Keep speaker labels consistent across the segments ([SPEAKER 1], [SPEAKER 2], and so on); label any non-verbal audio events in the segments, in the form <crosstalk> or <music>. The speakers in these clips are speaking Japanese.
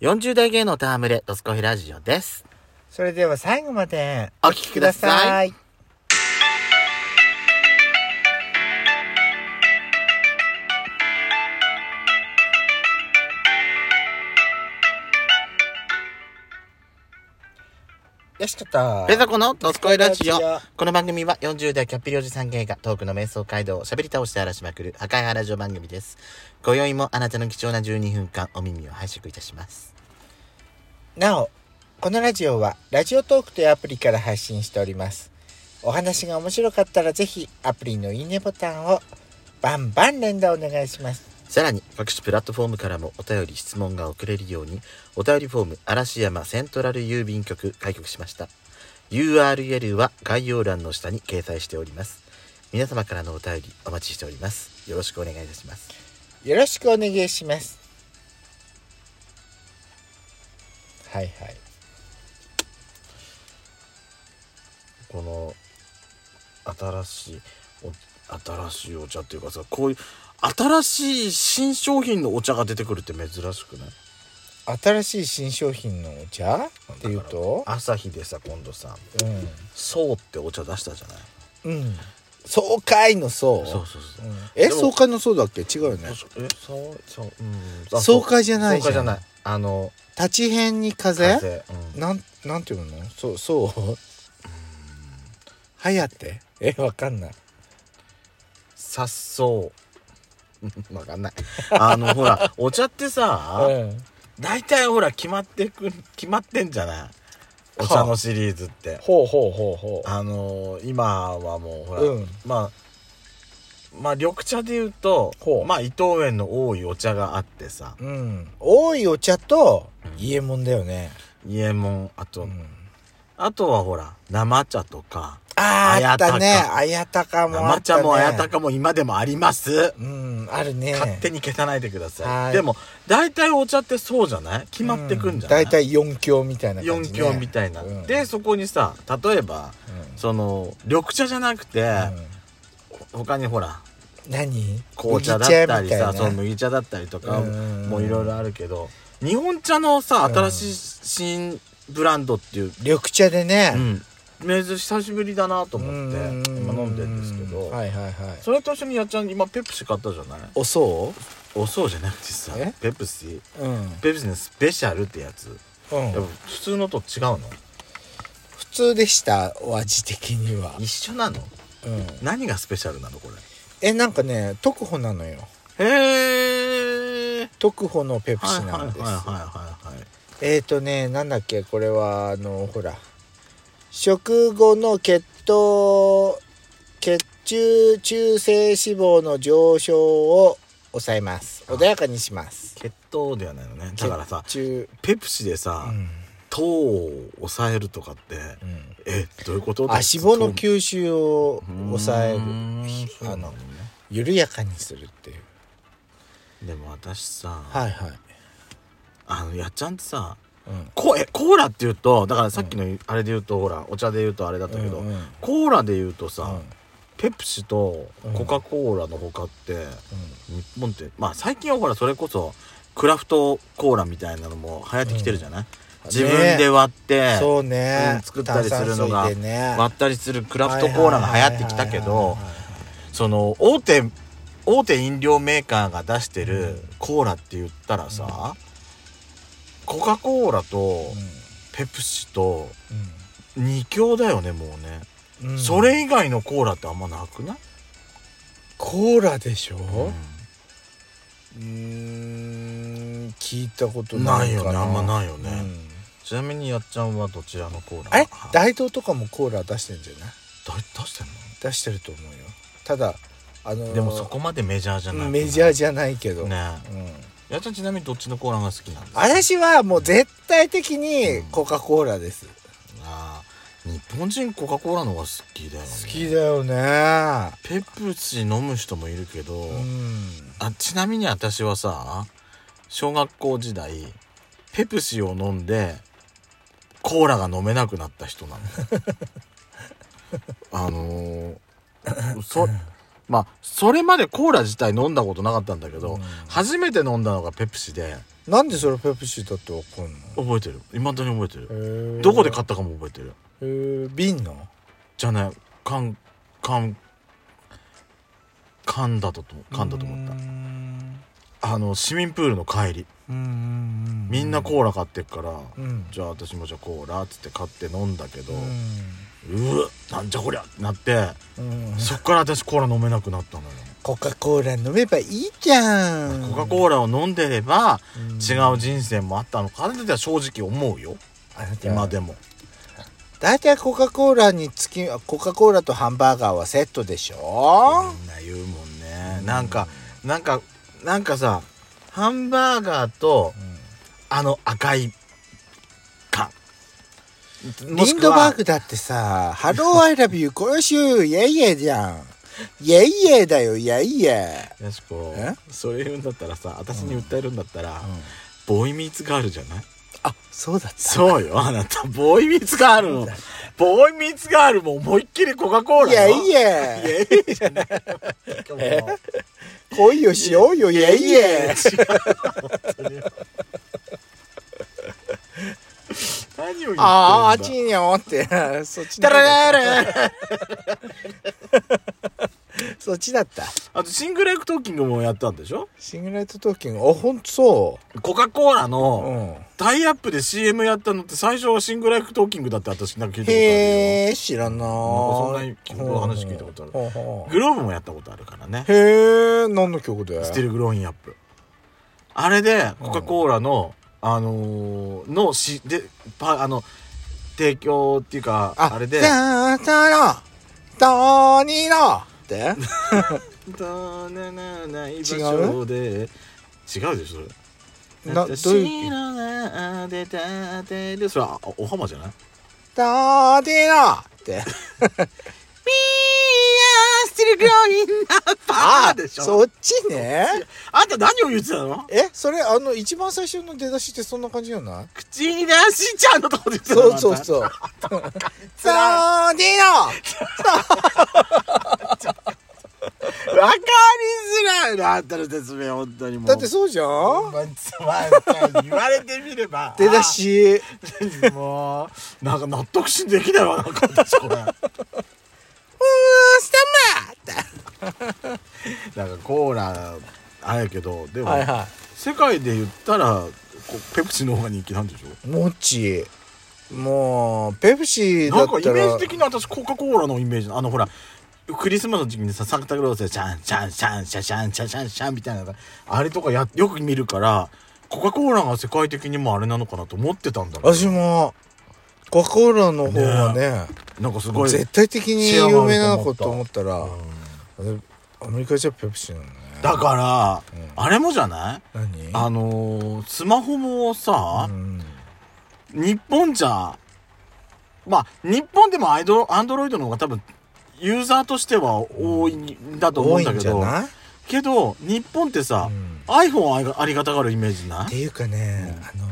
[SPEAKER 1] 40代芸能タームレ、ドスコイラジオです。
[SPEAKER 2] それでは最後まで
[SPEAKER 1] お聞きください。
[SPEAKER 2] い。よしこと。
[SPEAKER 1] ペザコのドスコイラジオ
[SPEAKER 2] ドスコイラジ。
[SPEAKER 1] この番組は40代キャッピリおじさん芸がトークの瞑想街道を喋り倒して荒らしまくる破壊派ラジオ番組です。今宵もあなたの貴重な12分間お耳を拝借いたします。
[SPEAKER 2] なお、このラジオはラジオトークというアプリから配信しております。お話が面白かったらぜひアプリのいいねボタンをバンバン連打お願いします。
[SPEAKER 1] さらに各種プラットフォームからもお便り質問が送れるようにお便りフォーム嵐山セントラル郵便局開局しました URL は概要欄の下に掲載しております皆様からのお便りお待ちしておりますよろしくお願いいたします
[SPEAKER 2] よろしくお願いします。はいはい。
[SPEAKER 1] この新しいお新しいお茶っていうかさこういう新しい新商品のお茶が出てくるって珍しくない
[SPEAKER 2] 新しい新商品のお茶っていうと、
[SPEAKER 1] 朝日でさ今度さ
[SPEAKER 2] うん。
[SPEAKER 1] 「そう」ってお茶出したじゃない
[SPEAKER 2] うん。爽快のそう。
[SPEAKER 1] そうそ
[SPEAKER 2] うんえ、
[SPEAKER 1] でも
[SPEAKER 2] 爽快のそうだっけ違うよ
[SPEAKER 1] え
[SPEAKER 2] ね。
[SPEAKER 1] そうそううんあ
[SPEAKER 2] 爽快じゃない
[SPEAKER 1] 爽
[SPEAKER 2] じ
[SPEAKER 1] 快
[SPEAKER 2] ゃん。
[SPEAKER 1] じゃないあの
[SPEAKER 2] 立ち編に風
[SPEAKER 1] 風うん
[SPEAKER 2] なん、なんていうのそう、そうはやってえ、わかんない。
[SPEAKER 1] さっそう <laughs> わか
[SPEAKER 2] <laughs>
[SPEAKER 1] んないあのほらお茶ってさ
[SPEAKER 2] うん。
[SPEAKER 1] 大体ほら決まってく決まってんじゃないお茶のシリーズって
[SPEAKER 2] ほうほうほうほ
[SPEAKER 1] あのー今はもうほら、
[SPEAKER 2] うん
[SPEAKER 1] まあまあ緑茶で言うと
[SPEAKER 2] ほう
[SPEAKER 1] まあ伊藤園の多いお茶があってさ
[SPEAKER 2] う。うん。多いお茶と、家もんだよね。
[SPEAKER 1] 家門あと、
[SPEAKER 2] うん。
[SPEAKER 1] あとはほら生茶とか
[SPEAKER 2] あーあったね。あ
[SPEAKER 1] あ
[SPEAKER 2] やたかもあ
[SPEAKER 1] 生
[SPEAKER 2] った、
[SPEAKER 1] 茶
[SPEAKER 2] ね。
[SPEAKER 1] も綾鷹も今でもあります
[SPEAKER 2] うん、あるね。
[SPEAKER 1] 勝手
[SPEAKER 2] に
[SPEAKER 1] に消さないでください、
[SPEAKER 2] はい
[SPEAKER 1] でも大体お茶ってそうじゃない決まってくんじゃない、
[SPEAKER 2] 大体4強みたいな感
[SPEAKER 1] 四
[SPEAKER 2] じ、ね。
[SPEAKER 1] 強みたいな、
[SPEAKER 2] うん
[SPEAKER 1] で、そこにさ例えば
[SPEAKER 2] うん
[SPEAKER 1] その緑茶じゃなくて、
[SPEAKER 2] うん
[SPEAKER 1] 他にほら
[SPEAKER 2] 何
[SPEAKER 1] 紅茶だったり
[SPEAKER 2] 麦茶みい
[SPEAKER 1] さ
[SPEAKER 2] な
[SPEAKER 1] そう麦茶だったりとか
[SPEAKER 2] うん
[SPEAKER 1] もういろいろあるけど日本茶のさ
[SPEAKER 2] うん
[SPEAKER 1] 新しい新ブランドっていう、
[SPEAKER 2] 緑茶でね
[SPEAKER 1] う。ん、珍しい久しぶりだなと
[SPEAKER 2] と
[SPEAKER 1] 思って今飲んでるんですけど、
[SPEAKER 2] はいはいはい。
[SPEAKER 1] それと一緒にやっちゃん今ペプシ買ったじゃない
[SPEAKER 2] おそ
[SPEAKER 1] おそうじゃなくてさ
[SPEAKER 2] え
[SPEAKER 1] ペプシ
[SPEAKER 2] ううん。
[SPEAKER 1] ペプシのスペシャルってやつやっぱ普通のと違うの
[SPEAKER 2] 普通でした、お味的には。
[SPEAKER 1] 一緒なの
[SPEAKER 2] うん。
[SPEAKER 1] 何がスペシャルなのこ
[SPEAKER 2] え、なんかね、特保なのよ。
[SPEAKER 1] れへえ
[SPEAKER 2] 特保のペプ
[SPEAKER 1] はい
[SPEAKER 2] シ
[SPEAKER 1] はいは
[SPEAKER 2] ないんです。
[SPEAKER 1] はいはい
[SPEAKER 2] えーとね、なんだっけ、これは、あの、ほら、食後の血糖、血中、中性脂肪の上昇を抑えます。穏やかにします。
[SPEAKER 1] 血糖ではないのねだからさ
[SPEAKER 2] 血中、
[SPEAKER 1] ペプシで
[SPEAKER 2] う
[SPEAKER 1] さ、
[SPEAKER 2] ん
[SPEAKER 1] 糖を抑えるとかって
[SPEAKER 2] うん
[SPEAKER 1] えどういうこと
[SPEAKER 2] あ、脂肪の
[SPEAKER 1] 糖
[SPEAKER 2] 吸収を抑え
[SPEAKER 1] う
[SPEAKER 2] る
[SPEAKER 1] ーん。そうな
[SPEAKER 2] あ
[SPEAKER 1] の
[SPEAKER 2] の
[SPEAKER 1] ね、
[SPEAKER 2] 緩やかにするっていう。
[SPEAKER 1] でも私さ、
[SPEAKER 2] はいはい。
[SPEAKER 1] あのやっちゃんってさ
[SPEAKER 2] うん。
[SPEAKER 1] コえコーラっていうとだからさっきのあれで言うと、ほらお茶で言うとあれだったけど、
[SPEAKER 2] うんうん
[SPEAKER 1] コーラで言うとさ、
[SPEAKER 2] うん
[SPEAKER 1] ペプシとコカ・コーラの他って、日本ってまあ最近はほらそれこそクラフトコーラみたいなのも流行ってきてるじゃない、自分で割って、
[SPEAKER 2] そうね、
[SPEAKER 1] うん作ったりするのが
[SPEAKER 2] 炭酸水でね
[SPEAKER 1] 割ったりするクラフトコーラが流行ってきたけど
[SPEAKER 2] はいはいはいはい
[SPEAKER 1] その大手大手飲料メーカーが出してるコーラって言ったらさ、コカ・コーラと
[SPEAKER 2] はいはい
[SPEAKER 1] ペプシと
[SPEAKER 2] うんうん
[SPEAKER 1] 2強だよねもうね、
[SPEAKER 2] うん
[SPEAKER 1] それ以外のコーラってあんまなくない、
[SPEAKER 2] コーラでしょ
[SPEAKER 1] う
[SPEAKER 2] うーん聞いたこと
[SPEAKER 1] ん、な
[SPEAKER 2] ないい
[SPEAKER 1] よ
[SPEAKER 2] か
[SPEAKER 1] ねあんまないよ
[SPEAKER 2] う
[SPEAKER 1] ね、
[SPEAKER 2] ん
[SPEAKER 1] ちなみにやっちゃんはどちらのコーラ
[SPEAKER 2] あれ
[SPEAKER 1] は
[SPEAKER 2] 大東とかもコーラ出してんじゃない
[SPEAKER 1] だ出してん
[SPEAKER 2] 出してると思うよただあのー
[SPEAKER 1] のでもそこまでメジャーじゃない
[SPEAKER 2] メジャーじゃないけど、
[SPEAKER 1] ね
[SPEAKER 2] うん、
[SPEAKER 1] やっちゃんちなみにどっちのコーラが好きなんですか
[SPEAKER 2] 私はもう絶対的に
[SPEAKER 1] うん
[SPEAKER 2] コカ・コーラです、
[SPEAKER 1] あー日本人コカ・コーラの方が好きだよね
[SPEAKER 2] 好きだよね
[SPEAKER 1] ペプシ飲む人もいるけど、
[SPEAKER 2] うん
[SPEAKER 1] あちなみに私はさ小学校時代ペプシを飲んでコーラが飲めなくな
[SPEAKER 2] <laughs>
[SPEAKER 1] った人なのあのーそまあそれまでコーラ自体飲んだことなかったんだけど、
[SPEAKER 2] うん
[SPEAKER 1] 初めて飲んだのがペプシで
[SPEAKER 2] なんでそれペプシだってわかん
[SPEAKER 1] 覚えてるいまだに覚えてる、
[SPEAKER 2] の
[SPEAKER 1] どこで買
[SPEAKER 2] っ
[SPEAKER 1] ったかも覚えてる
[SPEAKER 2] へー瓶の
[SPEAKER 1] じゃあね缶缶缶だとと缶だと思った
[SPEAKER 2] た
[SPEAKER 1] あの市民プールの帰りみんなコーラ買ってっから、
[SPEAKER 2] うん
[SPEAKER 1] じゃあ私もじゃあコーラっつって買って飲んだけど、
[SPEAKER 2] う
[SPEAKER 1] うわなんじゃこりゃってなって
[SPEAKER 2] んうん
[SPEAKER 1] そっから私コーラ飲めなくなったのよ、
[SPEAKER 2] コカ・コーラ飲めばいいじゃん
[SPEAKER 1] コカ・コーラを飲んでれば
[SPEAKER 2] うん
[SPEAKER 1] 違う人生もあったのかなって正直思うよ
[SPEAKER 2] あなた
[SPEAKER 1] 今でも
[SPEAKER 2] 大体コカ・コーラにつきコカ・コーラとハンバーガーはセットでしょ
[SPEAKER 1] みんな言うもんね、なんかなんかなんかさハンバーガーとあの赤い缶も
[SPEAKER 2] リ
[SPEAKER 1] し
[SPEAKER 2] ン
[SPEAKER 1] く
[SPEAKER 2] ド
[SPEAKER 1] は
[SPEAKER 2] バーグだってさ「ハローアイラビューこの週イエイイエイじゃん」「イエイイエイだよイエイイエイ
[SPEAKER 1] やしこ
[SPEAKER 2] え
[SPEAKER 1] それ言うんだったらさ私に訴えるんだったら、」
[SPEAKER 2] うん
[SPEAKER 1] ボーイミーツガールじゃない
[SPEAKER 2] あそうだった
[SPEAKER 1] そうよあなたボーイミーツガールのボーイミーツガールも思いっきりコカ・コーラ
[SPEAKER 2] イエ
[SPEAKER 1] よ
[SPEAKER 2] イイエイ
[SPEAKER 1] いやいやじゃないも
[SPEAKER 2] 恋をしようよ、イエイイ
[SPEAKER 1] う
[SPEAKER 2] エ
[SPEAKER 1] 違う本当に何を言ってん
[SPEAKER 2] イ
[SPEAKER 1] だ
[SPEAKER 2] ああ、あっちにゃおって。そっち
[SPEAKER 1] タ
[SPEAKER 2] <laughs> だ
[SPEAKER 1] ラ
[SPEAKER 2] った。
[SPEAKER 1] ララ
[SPEAKER 2] そっちだった。
[SPEAKER 1] あとシングルエクトーキングもやったんでしょ
[SPEAKER 2] シングルライトトーキング。あ、ほんとそ
[SPEAKER 1] コカ・コーラ
[SPEAKER 2] う。う
[SPEAKER 1] の
[SPEAKER 2] ん。
[SPEAKER 1] タイアップで CM やったのって最初はシングルエクトーキングだって私なんか聞いたことあるよ
[SPEAKER 2] へえ、知らない。
[SPEAKER 1] そんなに聞く話聞いたことある
[SPEAKER 2] ほうほう
[SPEAKER 1] グローブもやったことあるからね
[SPEAKER 2] へえ、何の曲だよ。
[SPEAKER 1] スティルグローインアップあれでコカ・コーラの、あのーのしでパあの提供っていうかあれで
[SPEAKER 2] じゃあ、たら、とにのって。
[SPEAKER 1] だななない場
[SPEAKER 2] 違
[SPEAKER 1] 所
[SPEAKER 2] う
[SPEAKER 1] で違うでしょそれ
[SPEAKER 2] な、どう
[SPEAKER 1] 私
[SPEAKER 2] いう、
[SPEAKER 1] の名で立てるそれはあお浜じゃない
[SPEAKER 2] とにの
[SPEAKER 1] <laughs>
[SPEAKER 2] って。
[SPEAKER 1] We are still growing up
[SPEAKER 2] あ
[SPEAKER 1] でしょ
[SPEAKER 2] そっちね。
[SPEAKER 1] あんた何を言ってたの
[SPEAKER 2] え、それ、あの、一番最初の出だしってそんな感じじゃない
[SPEAKER 1] 口に出しちゃうのとこで言ってたの
[SPEAKER 2] そうそう
[SPEAKER 1] う
[SPEAKER 2] そう。
[SPEAKER 1] つら
[SPEAKER 2] そうでの
[SPEAKER 1] いわかりづらいなあんたの説明本当にもう
[SPEAKER 2] だってそうじゃん
[SPEAKER 1] まあつまん言われてみれば
[SPEAKER 2] 出だし。
[SPEAKER 1] あもうなんか納得しできないわなんか私これなんか
[SPEAKER 2] うースタンバーっ
[SPEAKER 1] コーラあれやけどで
[SPEAKER 2] て
[SPEAKER 1] も、
[SPEAKER 2] はいは
[SPEAKER 1] 世界で言ったらこうペプシの方が人気なんでしょ
[SPEAKER 2] い。もち。もう、ペプシだ
[SPEAKER 1] なん
[SPEAKER 2] っ
[SPEAKER 1] かイ
[SPEAKER 2] た
[SPEAKER 1] メー
[SPEAKER 2] ら
[SPEAKER 1] ジ、的に私コカ・コーラのイメージあのほらクリスマスの時期にさサンタクロースでシャンシャンシャンシャンシャンシャンシャンシャンみたいなあれとかやよく見るからコカ・コーラが世界的にもあれなのかなと思ってたんだけど
[SPEAKER 2] 私も、コカ・コーラの方がね、
[SPEAKER 1] なんかすごい
[SPEAKER 2] 絶対的に有名なのかと思ったら、
[SPEAKER 1] う
[SPEAKER 2] アメリカじゃペプシなのね。
[SPEAKER 1] だから、
[SPEAKER 2] うん
[SPEAKER 1] あれもじゃない
[SPEAKER 2] 何
[SPEAKER 1] あのースマホもさ
[SPEAKER 2] う、ん
[SPEAKER 1] 日本じゃまあ日本でもアイドロアンドロイドの方が多分ユーザーとしては多いんだと思
[SPEAKER 2] 多
[SPEAKER 1] うん
[SPEAKER 2] い
[SPEAKER 1] だ
[SPEAKER 2] ん
[SPEAKER 1] け
[SPEAKER 2] じゃ
[SPEAKER 1] ど、
[SPEAKER 2] ない
[SPEAKER 1] けど日本ってさ、
[SPEAKER 2] うん
[SPEAKER 1] iPhone ありがありがたがるイメージな
[SPEAKER 2] っ
[SPEAKER 1] い
[SPEAKER 2] ていうかね、あの、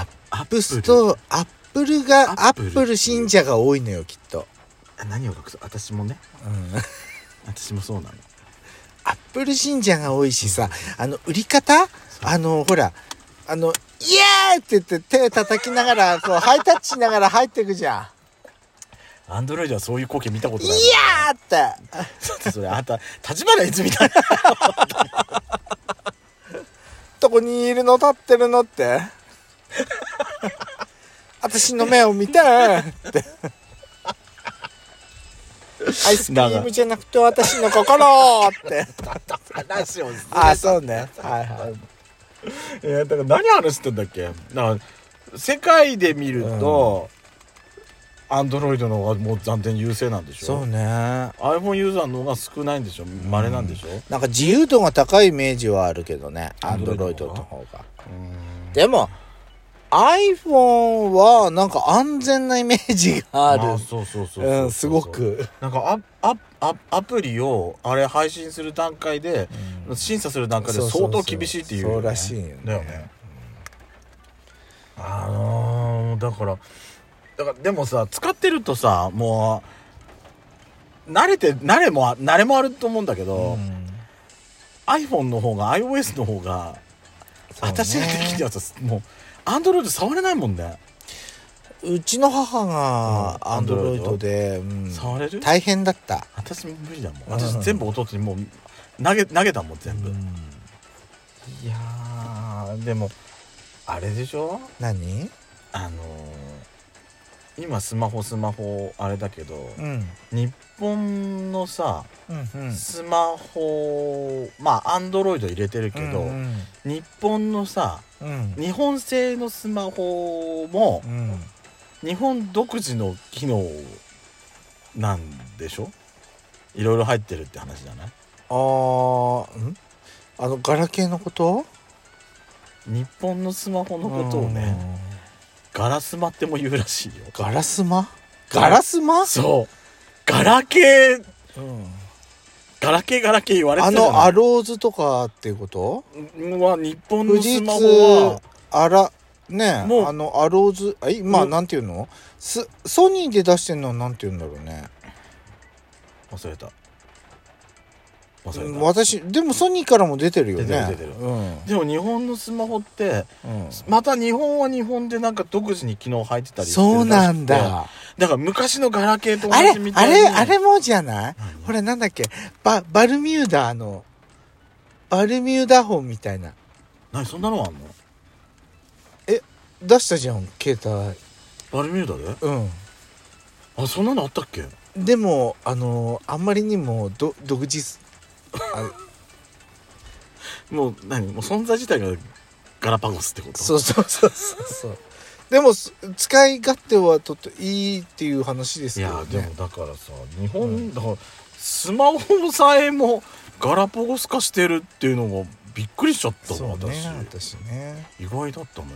[SPEAKER 1] アッ
[SPEAKER 2] アップスとアップルが
[SPEAKER 1] ア
[SPEAKER 2] ア
[SPEAKER 1] ップル
[SPEAKER 2] ップル信者が多いのよきっと、
[SPEAKER 1] あ何を隠す私もね私もそうなの
[SPEAKER 2] アップル信者が多いしさあの売り方あのほらあの「イエーイ!」って言って手叩きながらこうハイタッチしながら入ってくじゃ
[SPEAKER 1] アンドロイドはそういう光景見たこ
[SPEAKER 2] ん「
[SPEAKER 1] と
[SPEAKER 2] イ
[SPEAKER 1] ない
[SPEAKER 2] ヤー!」って
[SPEAKER 1] だってそれあんた立花いつみたいな
[SPEAKER 2] 「どこにいるの立ってるの?」
[SPEAKER 1] <laughs>
[SPEAKER 2] って「私の目を見て」
[SPEAKER 1] <laughs>
[SPEAKER 2] って。アイスクリームじゃなくて私の心って。
[SPEAKER 1] 話を
[SPEAKER 2] あ、そうね。はいはい。
[SPEAKER 1] いやだから何話してんだっけだから世界で見ると、アンドロイドの方がもう残念優勢なんでしょ
[SPEAKER 2] そうね。
[SPEAKER 1] iPhone ユーザーの方が少ないんでしょ稀なんでしょ、
[SPEAKER 2] なんか自由度が高いイメージはあるけどね、アンド
[SPEAKER 1] Android
[SPEAKER 2] ロイド
[SPEAKER 1] の
[SPEAKER 2] の
[SPEAKER 1] 方
[SPEAKER 2] 方が。
[SPEAKER 1] うん
[SPEAKER 2] でも、iPhone はなんか安全なイメージがある。
[SPEAKER 1] そうそうそうそうそう
[SPEAKER 2] うん、すごく。
[SPEAKER 1] なんかアアアアプリをあれ配信する段階で、審査する段階で
[SPEAKER 2] そうそうそ
[SPEAKER 1] 相
[SPEAKER 2] う
[SPEAKER 1] 当厳しいっていう,、
[SPEAKER 2] そうらしいよね
[SPEAKER 1] だよね、あのーだからだからでもさ使ってるとさもう慣れて慣れもあ慣れもあると思うんだけど、
[SPEAKER 2] うん
[SPEAKER 1] iPhone の方が iOS の方が、
[SPEAKER 2] そうね
[SPEAKER 1] 私的にはさもう Android 触れないもんね、
[SPEAKER 2] うちの母が
[SPEAKER 1] うん
[SPEAKER 2] アンドロイドで、うん
[SPEAKER 1] 触れる
[SPEAKER 2] 大変だった、
[SPEAKER 1] 私無理だもん
[SPEAKER 2] うん
[SPEAKER 1] 私全部弟にもう投げ投げたもん全部、
[SPEAKER 2] うん
[SPEAKER 1] いやーでもあれでしょ
[SPEAKER 2] 何
[SPEAKER 1] あのー今スマホスマホあれだけど、
[SPEAKER 2] うん
[SPEAKER 1] 日本のさ
[SPEAKER 2] うんうん
[SPEAKER 1] スマホまあアンドロイド入れてるけど、
[SPEAKER 2] うん
[SPEAKER 1] 日本のさ
[SPEAKER 2] うん
[SPEAKER 1] 日本製のスマホも
[SPEAKER 2] うん
[SPEAKER 1] 日本独自の機能なんでしょいろいろ入ってるって話じゃない
[SPEAKER 2] あーんあのガラケーのこと
[SPEAKER 1] 日本のスマホのことをね、ガラスマっても言うらしいよ
[SPEAKER 2] うんガラスマガラスマ、
[SPEAKER 1] そうガラケー
[SPEAKER 2] うん、
[SPEAKER 1] ガラケーガラケー言われて
[SPEAKER 2] あ
[SPEAKER 1] たじゃない
[SPEAKER 2] のアローズとかっていうこと
[SPEAKER 1] うんは日本の
[SPEAKER 2] 富士
[SPEAKER 1] ス
[SPEAKER 2] 通
[SPEAKER 1] マホは
[SPEAKER 2] あらね
[SPEAKER 1] もう
[SPEAKER 2] あのアローズあいまあ
[SPEAKER 1] もう
[SPEAKER 2] なんていうのスソニーで出してるのはなんていうんだろうね
[SPEAKER 1] 忘れた
[SPEAKER 2] う
[SPEAKER 1] 忘
[SPEAKER 2] ん
[SPEAKER 1] れた
[SPEAKER 2] 私でもソニーからも出てるよね
[SPEAKER 1] 出てる出てる
[SPEAKER 2] うん
[SPEAKER 1] でも日本のスマホって
[SPEAKER 2] うん、
[SPEAKER 1] また日本は日本でなんか独自に機能入ってたりしてるらしく
[SPEAKER 2] そ
[SPEAKER 1] て
[SPEAKER 2] うなんだ
[SPEAKER 1] だから昔のガラケーと同
[SPEAKER 2] あれ
[SPEAKER 1] じみ
[SPEAKER 2] あ
[SPEAKER 1] たいに
[SPEAKER 2] れあれもじゃない
[SPEAKER 1] 何
[SPEAKER 2] ほらなんだっけババルミューダのバルミューダ本みたいな
[SPEAKER 1] 何そんなのあんの
[SPEAKER 2] 出したじゃん携帯
[SPEAKER 1] バルミューダで
[SPEAKER 2] うん
[SPEAKER 1] あそんなのあったっけ
[SPEAKER 2] でもあのあんまりにもど独自すあ
[SPEAKER 1] もう何もう存在自体がガラパゴスってこと
[SPEAKER 2] そうそうそうそうそうでもす使い勝手はとっていいっていう話です
[SPEAKER 1] い
[SPEAKER 2] け
[SPEAKER 1] や
[SPEAKER 2] ど
[SPEAKER 1] で
[SPEAKER 2] ね
[SPEAKER 1] もだからさ日本、
[SPEAKER 2] うん
[SPEAKER 1] だからスマホもさえもガラパゴス化してるっていうのがびっくりしちゃった
[SPEAKER 2] そ
[SPEAKER 1] の
[SPEAKER 2] う
[SPEAKER 1] 私、
[SPEAKER 2] ね私ね
[SPEAKER 1] 意外だったのよ